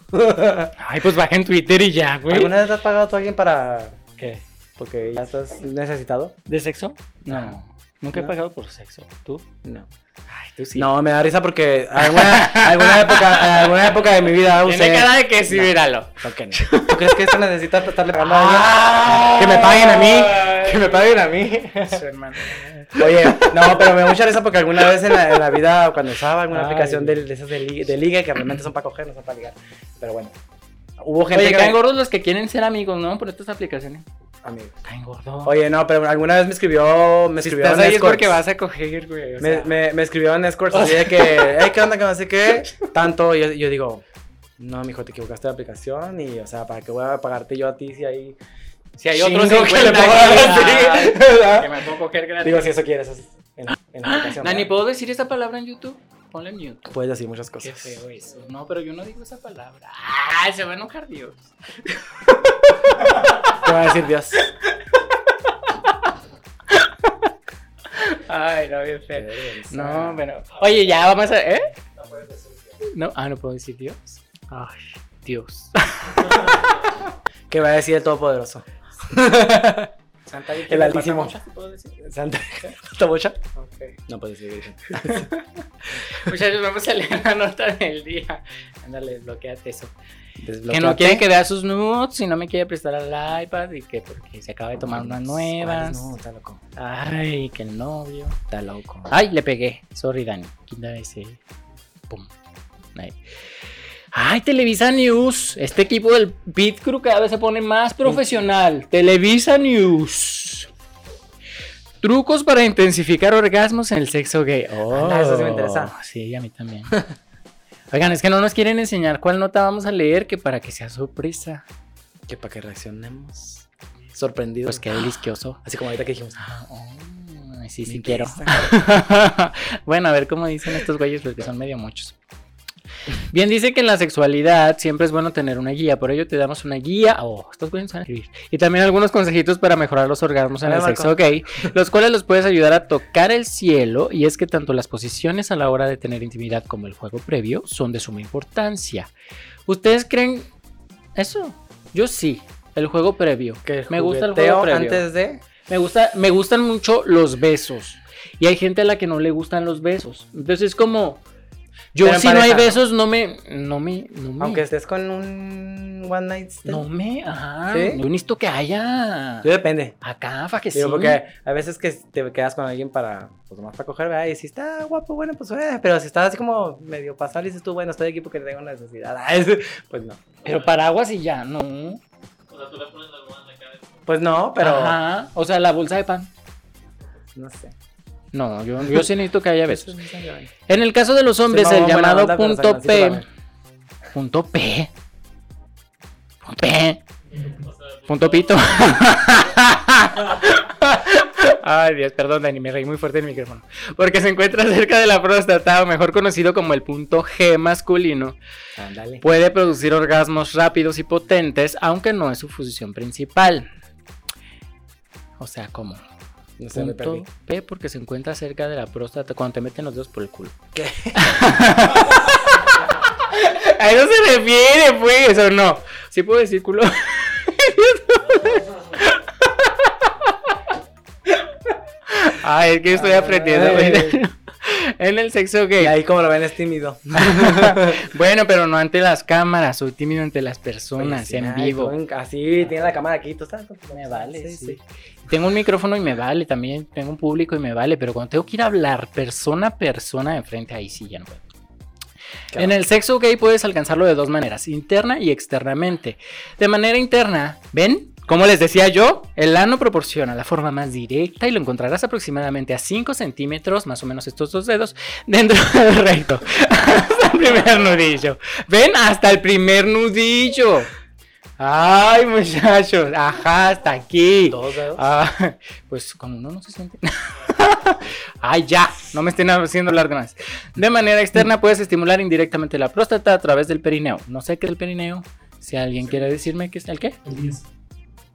Speaker 1: Ay, pues baja en Twitter y ya, güey.
Speaker 2: ¿Alguna vez has pagado tú a alguien para.?
Speaker 1: ¿Qué?
Speaker 2: Porque ya estás necesitado.
Speaker 1: ¿De sexo? No. Nunca he
Speaker 2: Ah. No.
Speaker 1: pagado por sexo. ¿Tú?
Speaker 2: No.
Speaker 1: Ay, tú sí.
Speaker 2: No, me da risa porque alguna, alguna, época, alguna época de mi vida usé.
Speaker 1: Tiene cara de que sí,
Speaker 2: No.
Speaker 1: míralo.
Speaker 2: ¿Por qué no? ¿Tú crees que esto necesita estarle pagando a alguien?
Speaker 1: Ah.
Speaker 2: Que me paguen a mí. Que me paguen a mí.
Speaker 1: Su hermano.
Speaker 2: Oye, no, pero me da mucha risa porque alguna vez en la, en la vida, cuando usaba alguna
Speaker 1: Ay.
Speaker 2: aplicación de, de esas de, li- de liga, que realmente son para coger, no son para ligar. Pero bueno, hubo gente
Speaker 1: Oye,
Speaker 2: que.
Speaker 1: caen gordos los que quieren ser amigos, ¿no? Por estas aplicaciones.
Speaker 2: Amigos.
Speaker 1: Caen gordos.
Speaker 2: Oye, no, pero alguna vez me escribió. Me
Speaker 1: si
Speaker 2: escribió
Speaker 1: estás
Speaker 2: en
Speaker 1: ahí es
Speaker 2: escorts.
Speaker 1: porque vas a coger, güey. o
Speaker 2: me,
Speaker 1: sea.
Speaker 2: me, me escribió en escorts así de que, hey, ¿qué onda? Que no sé qué. Tanto, y yo, yo digo, no, mijo, te equivocaste de aplicación y, o sea, ¿para qué voy a pagarte yo a ti si hay.
Speaker 1: Si hay otros
Speaker 2: chingo que le
Speaker 1: 50
Speaker 2: puedo dar a ti?
Speaker 1: que-
Speaker 2: ¿verdad?
Speaker 1: que me puedo coger gratis.
Speaker 2: Digo, si eso quieres, es en, en la aplicación.
Speaker 1: Dani,
Speaker 2: ¿verdad?
Speaker 1: ¿puedo decir esa palabra en YouTube? Ponla en YouTube.
Speaker 2: Puedes decir muchas
Speaker 1: Qué
Speaker 2: cosas.
Speaker 1: feo eso. No, pero yo no digo esa palabra. ¡Ah! Se va a enojar Dios.
Speaker 2: Te va a decir Dios.
Speaker 1: Ay, no, bien
Speaker 2: Eh,
Speaker 1: feo. No, pero. Oye, ya vamos a. ¿Eh? No, ah, no puedo decir Dios. Ay, Dios.
Speaker 2: Que va a decir el Todopoderoso.
Speaker 1: Santa Virgen.
Speaker 2: El Altísimo.
Speaker 1: ¿Patamocha? ¿Puedo decir?
Speaker 2: Santa Tobocha.
Speaker 1: Ok.
Speaker 2: No puede ser virgen.
Speaker 1: Muchachos, Pues vamos a leer la nota del día. Ándale, desbloqueate eso. Que no
Speaker 2: Desbloqueate.
Speaker 1: quiere que vea sus nudes y no me quiere prestar al iPad y que porque se acaba de tomar unas nuevas.
Speaker 2: ¿Cuáles? No, está loco.
Speaker 1: Ay, que el novio.
Speaker 2: Está loco.
Speaker 1: Ay, le pegué. Sorry, Dani. Quinta vez. eh. Pum. Ahí. Ay, Televisa News. Este equipo del Pit Crew cada vez se pone más profesional. Televisa News. Trucos para intensificar orgasmos en el sexo gay. Oh,
Speaker 2: Ah, eso sí me interesa.
Speaker 1: Sí, a mí también. Oigan, es que no nos quieren enseñar cuál nota vamos a leer, que para que sea sorpresa.
Speaker 2: Que para que reaccionemos. Sorprendidos.
Speaker 1: Pues qué delicioso.
Speaker 2: Así como ahorita que dijimos.
Speaker 1: Ah, oh, sí, sí
Speaker 2: "Me
Speaker 1: quiero.
Speaker 2: interesa".
Speaker 1: bueno, a ver cómo dicen estos güeyes porque son medio muchos. Bien, dice que en la sexualidad siempre es bueno tener una guía, por ello te damos una guía. Oh, estos güeyes saben escribir. Y también algunos consejitos para mejorar los orgasmos en
Speaker 2: A
Speaker 1: el
Speaker 2: ver,
Speaker 1: sexo gay, los cuales los puedes ayudar a tocar el cielo. Y es que tanto las posiciones a la hora de tener intimidad como el juego previo son de suma importancia. ¿Ustedes creen eso? Yo sí, el juego previo.
Speaker 2: Que
Speaker 1: Me gusta el
Speaker 2: jugueteo
Speaker 1: juego previo.
Speaker 2: antes de.
Speaker 1: Me, gusta, me gustan mucho los besos. Y hay gente a la que no le gustan los besos. Entonces es como. Yo
Speaker 2: Pero en
Speaker 1: si no hay
Speaker 2: pareja, ¿no?
Speaker 1: besos, no me. No me. No me.
Speaker 2: Aunque estés con un one night stand.
Speaker 1: Mm. no me. Ajá.
Speaker 2: ¿Sí?
Speaker 1: Yo necesito que haya.
Speaker 2: Yo depende.
Speaker 1: Acá, fa que sí.
Speaker 2: Digo, porque a veces que te quedas con alguien para, pues nomás para coger, ¿verdad? Y si está guapo, bueno, pues, eh, pero si estás así como medio pasado y dices tú, bueno, estoy aquí porque tengo una necesidad, pues no.
Speaker 1: Pero paraguas y ya, no.
Speaker 2: Pues no, pero
Speaker 1: Ajá. O sea, la bolsa de pan.
Speaker 2: no sé.
Speaker 1: No, yo, yo sí necesito que haya besos.
Speaker 2: Eso es muy sangrón.
Speaker 1: En el caso de los hombres,
Speaker 2: Sí,
Speaker 1: el
Speaker 2: mamón, buena
Speaker 1: llamado
Speaker 2: onda, pero
Speaker 1: punto
Speaker 2: sangroncito
Speaker 1: P.
Speaker 2: también.
Speaker 1: Punto P. Punto P. Punto pito. Ay, Dios, perdón, Dani, me reí muy fuerte en el micrófono. Porque se encuentra cerca de la próstata, o mejor conocido como el punto G masculino.
Speaker 2: Ándale.
Speaker 1: Puede producir orgasmos rápidos y potentes, aunque no es su función principal. O sea, como
Speaker 2: No sé, me
Speaker 1: punto
Speaker 2: perdí.
Speaker 1: P porque se encuentra cerca de la próstata cuando te meten los dedos por el culo.
Speaker 2: ¿Qué?
Speaker 1: A eso se refiere, pues, o no. Sí puedo decir culo. Ay, es que estoy aprendiendo. güey.
Speaker 2: Ay.
Speaker 1: en el sexo
Speaker 2: Y
Speaker 1: gay.
Speaker 2: ahí como lo ven es tímido.
Speaker 1: bueno, pero no ante las cámaras, soy tímido ante las
Speaker 2: Oye,
Speaker 1: personas
Speaker 2: sí,
Speaker 1: en
Speaker 2: ay,
Speaker 1: vivo.
Speaker 2: tú en- Así, tiene la cámara aquí, tú estás. pues,
Speaker 1: Me vale, sí. Tengo un micrófono y me vale, también tengo un público y me vale, pero cuando tengo que ir a hablar persona a persona de frente, ahí sí ya no puedo.
Speaker 2: Claro.
Speaker 1: En el sexo gay puedes alcanzarlo de dos maneras, interna y externamente. De manera interna, ven, Como les decía yo, el ano proporciona la forma más directa y lo encontrarás aproximadamente a 5 centímetros, más o menos estos dos dedos, dentro del recto. Hasta el primer nudillo. Ven, hasta el primer nudillo. Ay, muchachos. Ajá, hasta aquí.
Speaker 2: Dos dedos.
Speaker 1: Ah, pues con uno no se siente. Ay, ya, no me estén haciendo hablar de más. De manera externa puedes estimular indirectamente la próstata a través del perineo. No sé qué es el perineo. Si alguien quiere decirme qué es el qué.
Speaker 3: El 10.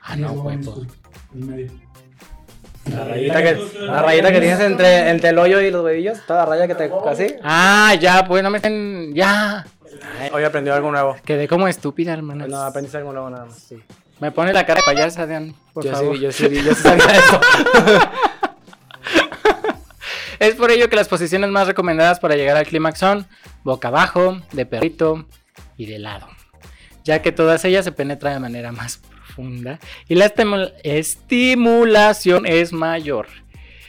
Speaker 1: Ah, no, huevo.
Speaker 3: El medio.
Speaker 2: La rayita que, la rayita que tienes entre, entre el hoyo y los huevillos, toda la raya que te así.
Speaker 1: Ah, ya, pues no me estén. Ya.
Speaker 2: Ay, Hoy aprendió algo nuevo.
Speaker 1: Quedé como estúpida, hermano.
Speaker 2: Pues No, aprendiste algo nuevo nada más. Sí.
Speaker 1: Me pone la cara de payasa, Dan, por
Speaker 2: yo
Speaker 1: favor.
Speaker 2: sí, yo sí, vi- yo sí sabía eso.
Speaker 1: Es por ello que las posiciones más recomendadas para llegar al clímax son boca abajo, de perrito y de lado, ya que todas ellas se penetran de manera más profunda y la estimul- estimulación es mayor.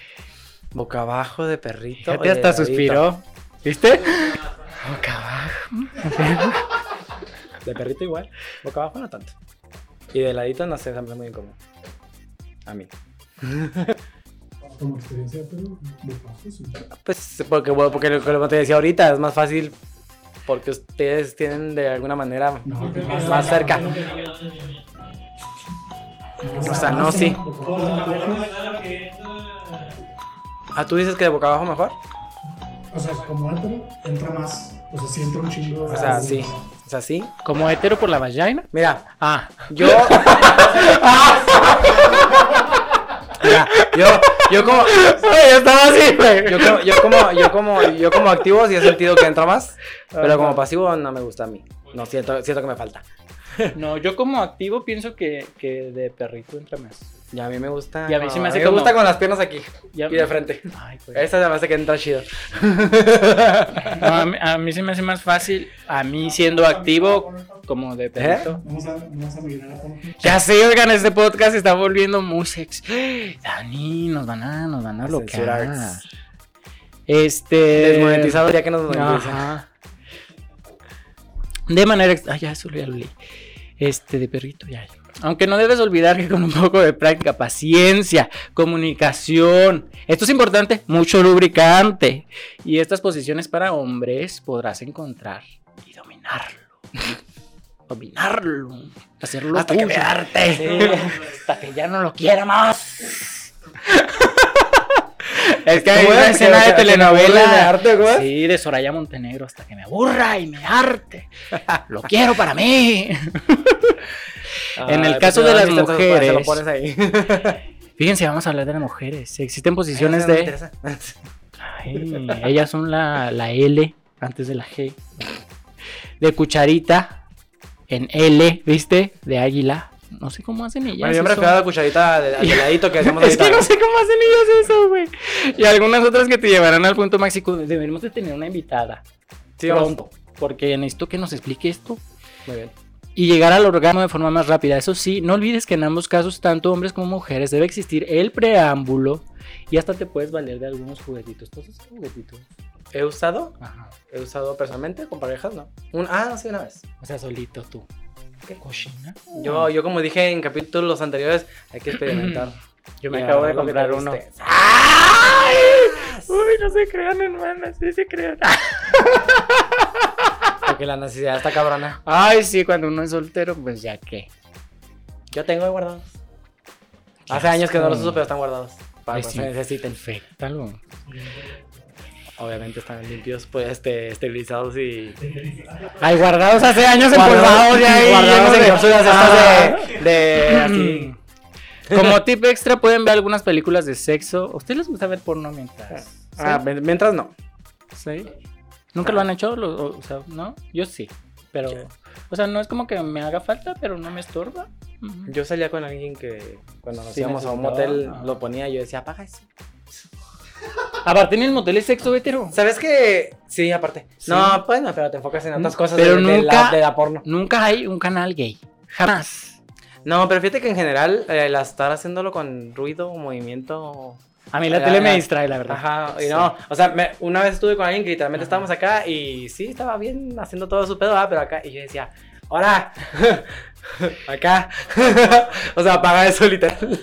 Speaker 2: Boca abajo de perrito.
Speaker 1: Fíjate,
Speaker 2: oye,
Speaker 1: hasta
Speaker 2: Davidito.
Speaker 1: suspiró. ¿Viste? Boca abajo.
Speaker 2: De perrito igual. Boca abajo no tanto. Y de ladito no sé, se me hace muy incómodo. A mí.
Speaker 3: Como experiencia, pero de bajo, sí.
Speaker 2: Pues porque, bueno, porque lo lo que te decía ahorita es más fácil porque ustedes tienen de alguna manera
Speaker 3: No, que
Speaker 2: más,
Speaker 3: no.
Speaker 2: más cerca. O sea, no, sí. Ah, tú dices que de boca abajo mejor.
Speaker 3: O sea, como hetero, entra más. O sea, sí entra un chingo.
Speaker 2: O sea, sí. O sea, sí.
Speaker 1: Como hetero por la vagina.
Speaker 2: Mira,
Speaker 1: Ah,
Speaker 2: yo. Mira, yo, yo como.
Speaker 1: yo estaba así, güey.
Speaker 2: Yo como, yo como, yo como, yo como activo sí he sentido que entra más, pero como pasivo no me gusta a mí. No, siento, siento que me falta.
Speaker 1: No, yo como activo pienso que, que de perrito entra más.
Speaker 2: Y a mí me gusta.
Speaker 1: Y a mí sí me hace
Speaker 2: a
Speaker 1: como-
Speaker 2: gusta con las piernas aquí
Speaker 1: Ya-
Speaker 2: y de frente.
Speaker 1: Ay, pues. güey.
Speaker 2: Esa se me hace que entra chido.
Speaker 1: No, a, mí, a mí se me hace más fácil, a mí siendo activo, como
Speaker 2: ¿Eh?
Speaker 1: de perrito.
Speaker 3: Vamos a, vamos a mirar a Ponja.
Speaker 1: Ya sé, oigan, este podcast se está volviendo muy sexy. Dani, nos van a, nos van a bloquear.
Speaker 2: Censurar.
Speaker 1: Este.
Speaker 2: Desmonetizado ya que nos monetizan.
Speaker 1: Ajá. ¿eh? De manera. ex- Ah, ya, eso ya lo leí. Este, de perrito, ya. ya. Aunque no debes olvidar que con un poco de práctica, paciencia, comunicación, esto es importante, mucho lubricante. Y estas posiciones para hombres podrás encontrar y dominarlo. dominarlo. Hacerlo
Speaker 2: Hasta que me
Speaker 1: arte. hasta que ya no lo quiera más. es que hay
Speaker 2: ¿Cómo
Speaker 1: una
Speaker 2: es? Que-
Speaker 1: escena de
Speaker 2: que- que me
Speaker 1: telenovela.
Speaker 2: aburre de arte, ¿cómo es?
Speaker 1: Sí, de Soraya Montenegro hasta que me aburra y me arte. Lo quiero para mí. En el
Speaker 2: Ay,
Speaker 1: caso
Speaker 2: pues,
Speaker 1: de
Speaker 2: no,
Speaker 1: las
Speaker 2: si te-
Speaker 1: mujeres.
Speaker 2: Se lo pones ahí.
Speaker 1: Fíjense, vamos a hablar de las mujeres. Existen posiciones de. Ay, ellas son la, la L antes de la G. De cucharita en L, ¿viste? De águila. No sé cómo hacen ellas.
Speaker 2: Bueno, yo me
Speaker 1: eso.
Speaker 2: refiero a la cucharita de, al heladito que hacemos
Speaker 1: Es que
Speaker 2: ahorita.
Speaker 1: no sé cómo hacen ellas eso, güey. Y algunas otras que te llevarán al punto máximo. Deberíamos de tener una invitada.
Speaker 2: Sí, vamos.
Speaker 1: pronto. Porque necesito que nos explique esto.
Speaker 2: Muy bien.
Speaker 1: y llegar al orgasmo de forma más rápida. Eso sí, no olvides que en ambos casos, tanto hombres como mujeres, debe existir el preámbulo y hasta te puedes valer de algunos juguetitos. ¿Todos esos juguetitos?
Speaker 2: ¿He usado?
Speaker 1: Ajá.
Speaker 2: ¿He usado personalmente? ¿Con parejas? No. Un, ah, no, sí, una vez.
Speaker 1: O sea, solito tú. ¿Qué cochina? Ah,
Speaker 2: Yo, yo como dije en capítulos anteriores, hay que experimentar.
Speaker 1: Yo me
Speaker 2: Y
Speaker 1: acabo de
Speaker 2: agarrar
Speaker 1: comprar
Speaker 2: lo que te
Speaker 1: uno.
Speaker 2: guste.
Speaker 1: ¡Ay! Uy, no se crean, hermanas, sí se crean.
Speaker 2: Porque la necesidad está cabrona.
Speaker 1: Ay, sí, cuando uno es soltero, pues ya qué.
Speaker 2: Yo tengo ahí guardados. Mm.
Speaker 1: Qué
Speaker 2: Hace años que no los
Speaker 1: asco.
Speaker 2: uso, pero están guardados. Para
Speaker 1: Ay, Pues
Speaker 2: que
Speaker 1: sí.
Speaker 2: se necesiten.
Speaker 1: Infectalo.
Speaker 2: Obviamente están limpios, pues, este, esterilizados y.
Speaker 1: Ay, guardados hace años
Speaker 2: Guardados
Speaker 1: empolvados ya ahí.
Speaker 2: guardados
Speaker 1: llenos
Speaker 2: en
Speaker 1: de-
Speaker 2: cápsulas
Speaker 1: Ah.
Speaker 2: estas de. de así.
Speaker 1: Mm. Como tip extra pueden ver algunas películas de sexo. ¿A ustedes les gusta ver porno mientras? ¿Sí?
Speaker 2: Ah, men- mientras no.
Speaker 1: ¿Sí? ¿Nunca lo han hecho? Lo- o, o sea, ¿no? Yo sí. Pero, o sea, no es como que me haga falta, pero no me estorba. Ujú.
Speaker 2: Yo salía con alguien que cuando nos
Speaker 1: Sí,
Speaker 2: íbamos a un
Speaker 1: necesitaba.
Speaker 2: motel lo ponía y yo decía, apaga eso.
Speaker 1: Aparte en el motel es sexo hetero.
Speaker 2: ¿Sabes qué? Sí, aparte.
Speaker 1: Sí.
Speaker 2: No, pues no, pero te enfocas en otras cosas
Speaker 1: Pero
Speaker 2: de, de la,
Speaker 1: nunca-
Speaker 2: de la porno.
Speaker 1: Nunca hay un canal gay. Jamás.
Speaker 2: No, pero fíjate que en general, eh, la estar haciéndolo con ruido o movimiento
Speaker 1: A mí la
Speaker 2: Ya,
Speaker 1: tele me
Speaker 2: ya.
Speaker 1: distrae, la verdad.
Speaker 2: Ajá, y
Speaker 1: Sí.
Speaker 2: no, o sea, me- una vez estuve con alguien que literalmente estábamos acá y sí, estaba bien haciendo todo su pedo, ah, pero acá, y yo decía, ¡Hora! Acá. o sea, apaga eso literal.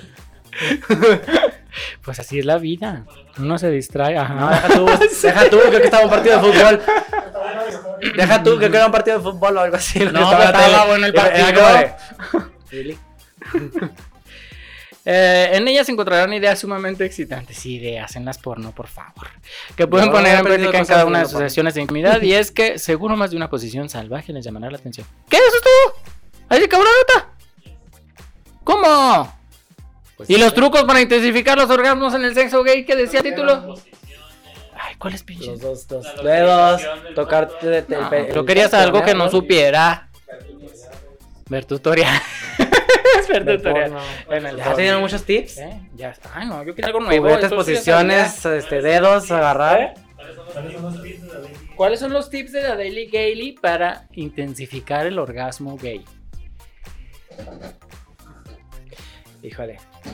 Speaker 1: Pues así es la vida. Uno se distrae. Ajá.
Speaker 2: No, deja tú, deja tú, creo que estaba un partido de fútbol. Deja tú, creo que era un partido de fútbol o algo así. lo que
Speaker 1: No,
Speaker 2: en la
Speaker 1: pero estaba
Speaker 2: tele.
Speaker 1: bueno el
Speaker 2: Era- era
Speaker 1: partido.
Speaker 2: como de-
Speaker 1: Eh, en ellas se encontrarán ideas sumamente excitantes. Ideas en las porno, por favor. Que pueden
Speaker 2: No,
Speaker 1: poner
Speaker 2: he
Speaker 1: en
Speaker 2: aprendido
Speaker 1: práctica en
Speaker 2: cosas
Speaker 1: cada una de
Speaker 2: viendo
Speaker 1: sus
Speaker 2: porno.
Speaker 1: sesiones de intimidad. Y es que seguro más de una posición salvaje les llamará la atención. ¿Qué es esto? ¡Ay, cabroneta! ¿Cómo?
Speaker 2: Pues
Speaker 1: ¿Y
Speaker 2: sí.
Speaker 1: los trucos para intensificar los orgasmos en el sexo gay que decía el título? Ay, ¿cuál es pinche?
Speaker 2: Los dos, dos dedos, tocarte el,
Speaker 1: No,
Speaker 2: pe-
Speaker 1: pero
Speaker 2: el-
Speaker 1: querías algo que no
Speaker 2: ¿no?
Speaker 1: supiera. Ver tutorial. es ver
Speaker 2: Del
Speaker 1: tutorial.
Speaker 2: porno.
Speaker 1: Bueno, el
Speaker 2: ¿Ya
Speaker 1: porno.
Speaker 2: tienen muchos tips?
Speaker 1: ¿Eh? Ya está. Ay, no, yo quería algo nuevo.
Speaker 2: Juguetes,
Speaker 1: entonces ya
Speaker 2: posiciones,
Speaker 1: sabía.
Speaker 2: este, dedos, agarrar.
Speaker 1: ¿Cuáles son los tips de la Daily Gaily para intensificar el orgasmo gay?
Speaker 2: Híjole.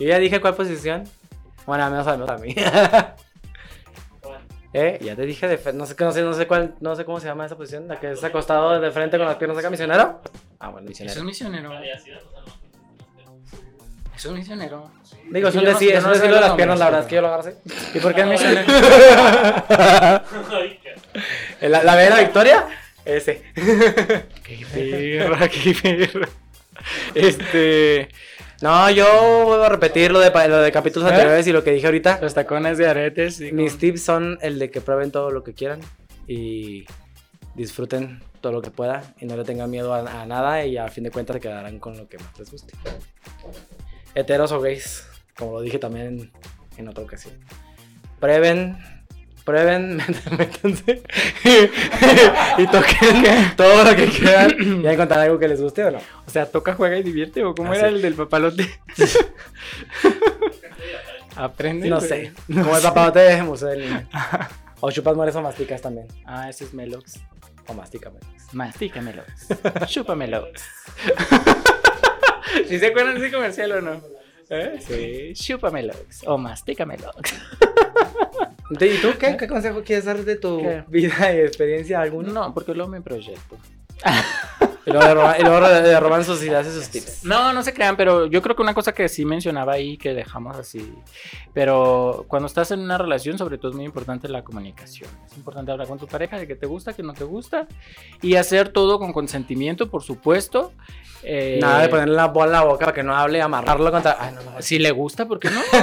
Speaker 2: Yo ya dije cuál posición. Bueno, al menos, al menos a mí. ¿Eh? Ya te dije, de fe- no, sé, no, sé, no sé cuál, no sé cómo se llama esa posición, la que es acostado de frente con las piernas acá, misionero. Ah, bueno,
Speaker 1: Eso es
Speaker 2: misionero.
Speaker 1: misionero. Eso es misionero.
Speaker 2: Digo, es
Speaker 1: Yo
Speaker 2: un
Speaker 1: no-
Speaker 2: decir,
Speaker 1: yo
Speaker 2: es
Speaker 1: no
Speaker 2: un
Speaker 1: sé
Speaker 2: decir de
Speaker 1: los
Speaker 2: las piernas, la verdad es
Speaker 1: nombres,
Speaker 2: que yo lo agarro así.
Speaker 1: ¿Y por qué es misionero?
Speaker 2: ¿La, la B de la victoria? Ese.
Speaker 1: qué perra, qué perra. Este.
Speaker 2: No, yo vuelvo a repetir lo de, pa- lo de capítulos
Speaker 1: ¿Eh?
Speaker 2: anteriores y lo que dije ahorita.
Speaker 1: Los tacones de aretes. sí,
Speaker 2: Mis
Speaker 1: como-
Speaker 2: tips son el de que prueben todo lo que quieran y disfruten todo lo que pueda y no le tengan miedo a, a nada y a fin de cuentas se quedarán con lo que más les guste. Heteros o gays, como lo dije también en, en otra ocasión. Prueben, prueben, métanse y toquen todo lo que quieran y encontrar algo que les guste o no.
Speaker 1: O sea, toca, juega y divierte. ¿O cómo
Speaker 2: Ah,
Speaker 1: era
Speaker 2: sí.
Speaker 1: el del papalote? Aprende.
Speaker 2: No
Speaker 1: güey.
Speaker 2: sé, como el papalote de museo del niño. O chupas mueres o masticas también,
Speaker 1: Ah, ese es Melox.
Speaker 2: o mastica mueres.
Speaker 1: Mastícamelo. Chúpamelo. ¿Sí se acuerdan de ese comercial o no? ¿Eh? Sí. Chúpamelo. O mastícamelo.
Speaker 2: Ente- ¿Y tú qué, ¿Qué consejo quieres dar de tu
Speaker 1: ¿Qué?
Speaker 2: vida y experiencia alguna?
Speaker 1: No, porque luego me proyecto.
Speaker 2: Y luego de Roman, y luego de- de Roman sus ideas y sus tips.
Speaker 1: No, no se crean, pero yo creo que una cosa que sí mencionaba ahí, que dejamos así, pero cuando estás en una relación, sobre todo es muy importante la comunicación. Es importante hablar con tu pareja de que te gusta, que no te gusta, y hacer todo con consentimiento, por supuesto. Eh,
Speaker 2: Nada de ponerle la bola en la boca para que no hable y amarrarlo contra. Ay, no, no.
Speaker 1: Si le gusta, ¿por qué no?
Speaker 2: ¿Por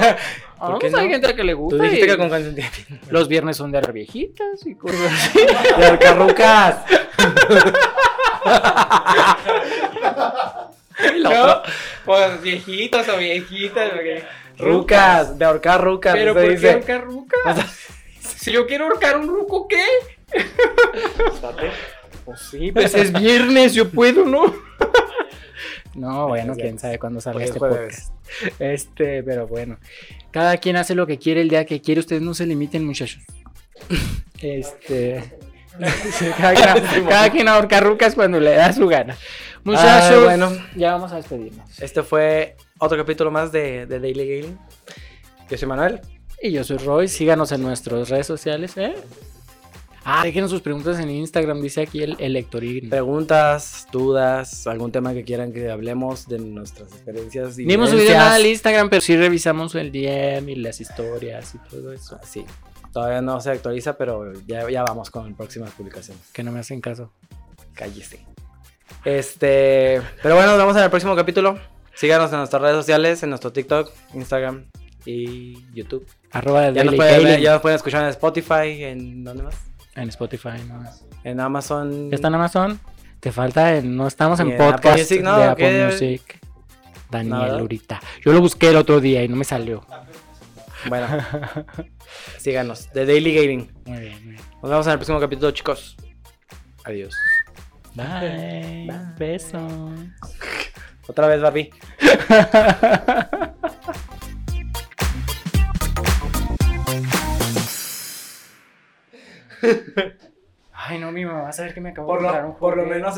Speaker 1: Vamos,
Speaker 2: qué no?
Speaker 1: Hay gente que le gusta.
Speaker 2: Tú dijiste
Speaker 1: y
Speaker 2: que con consentimiento.
Speaker 1: Los viernes son de arreglar viejitas y cosas así.
Speaker 2: ¡De arcarrucas!
Speaker 1: ¿no? Pues viejitos o viejitas.
Speaker 2: ¡Rucas! De ahorcar rucas.
Speaker 1: Pero
Speaker 2: eso
Speaker 1: ¿por qué
Speaker 2: dice.
Speaker 1: ahorcar rucas? Si yo quiero ahorcar un ruco, ¿qué? Pues sí, pues es viernes, yo puedo, ¿no? No, bueno, quién sabe cuándo salga
Speaker 2: Hoy es
Speaker 1: este
Speaker 2: jueves.
Speaker 1: podcast. Este, pero bueno. Cada quien hace lo que quiere el día que quiere. Ustedes no se limiten, muchachos. Este. sí, cada, quien, cada quien ahorca rucas cuando le da su gana. Muchachos,
Speaker 2: Ay, Ah, bueno.
Speaker 1: ya vamos a despedirnos.
Speaker 2: Este fue otro capítulo más de, de Daily Gaming. Yo soy Manuel.
Speaker 1: Y yo soy Roy, síganos en nuestras redes sociales, ¿eh? Ah, déjenos sus preguntas en Instagram, dice aquí el, el Hectorín.
Speaker 2: Mm. Preguntas, dudas, algún tema que quieran que hablemos de nuestras experiencias.
Speaker 1: Ni hemos subido nada al
Speaker 2: vivencias.
Speaker 1: Instagram, pero sí revisamos el DM y las historias y todo eso.
Speaker 2: Sí, todavía no se actualiza, pero ya, ya vamos con próximas publicaciones.
Speaker 1: Que no me hacen caso.
Speaker 2: Cállese. Este, pero bueno, nos vemos en el próximo capítulo. Síganos en nuestras redes sociales, en nuestro TikTok, Instagram y YouTube.
Speaker 1: Arroba
Speaker 2: Ya
Speaker 1: de
Speaker 2: nos, pueden, ver- ya nos pueden escuchar en Spotify, en ¿dónde más?
Speaker 1: en Spotify, no más.
Speaker 2: En Amazon.
Speaker 1: Ya está en Amazon. Te falta, en- no estamos
Speaker 2: Y
Speaker 1: en
Speaker 2: en
Speaker 1: podcast
Speaker 2: Apple Music, ¿no?
Speaker 1: de
Speaker 2: ¿O
Speaker 1: Apple
Speaker 2: qué?
Speaker 1: Music. Daniel
Speaker 2: Nada.
Speaker 1: ahorita. Yo lo busqué el otro día y no me salió.
Speaker 2: Bueno, síganos. The Daily Gaming.
Speaker 1: Muy bien, muy bien.
Speaker 2: Nos vemos en el próximo capítulo, chicos. Adiós.
Speaker 1: Bye.
Speaker 2: Bye.
Speaker 1: Besos.
Speaker 2: Otra vez, Barbie.
Speaker 1: Ay, no, mi mamá va a saber que me acabo
Speaker 2: Por
Speaker 1: de comprar un
Speaker 2: lo, por lo
Speaker 1: juguete.
Speaker 2: menos.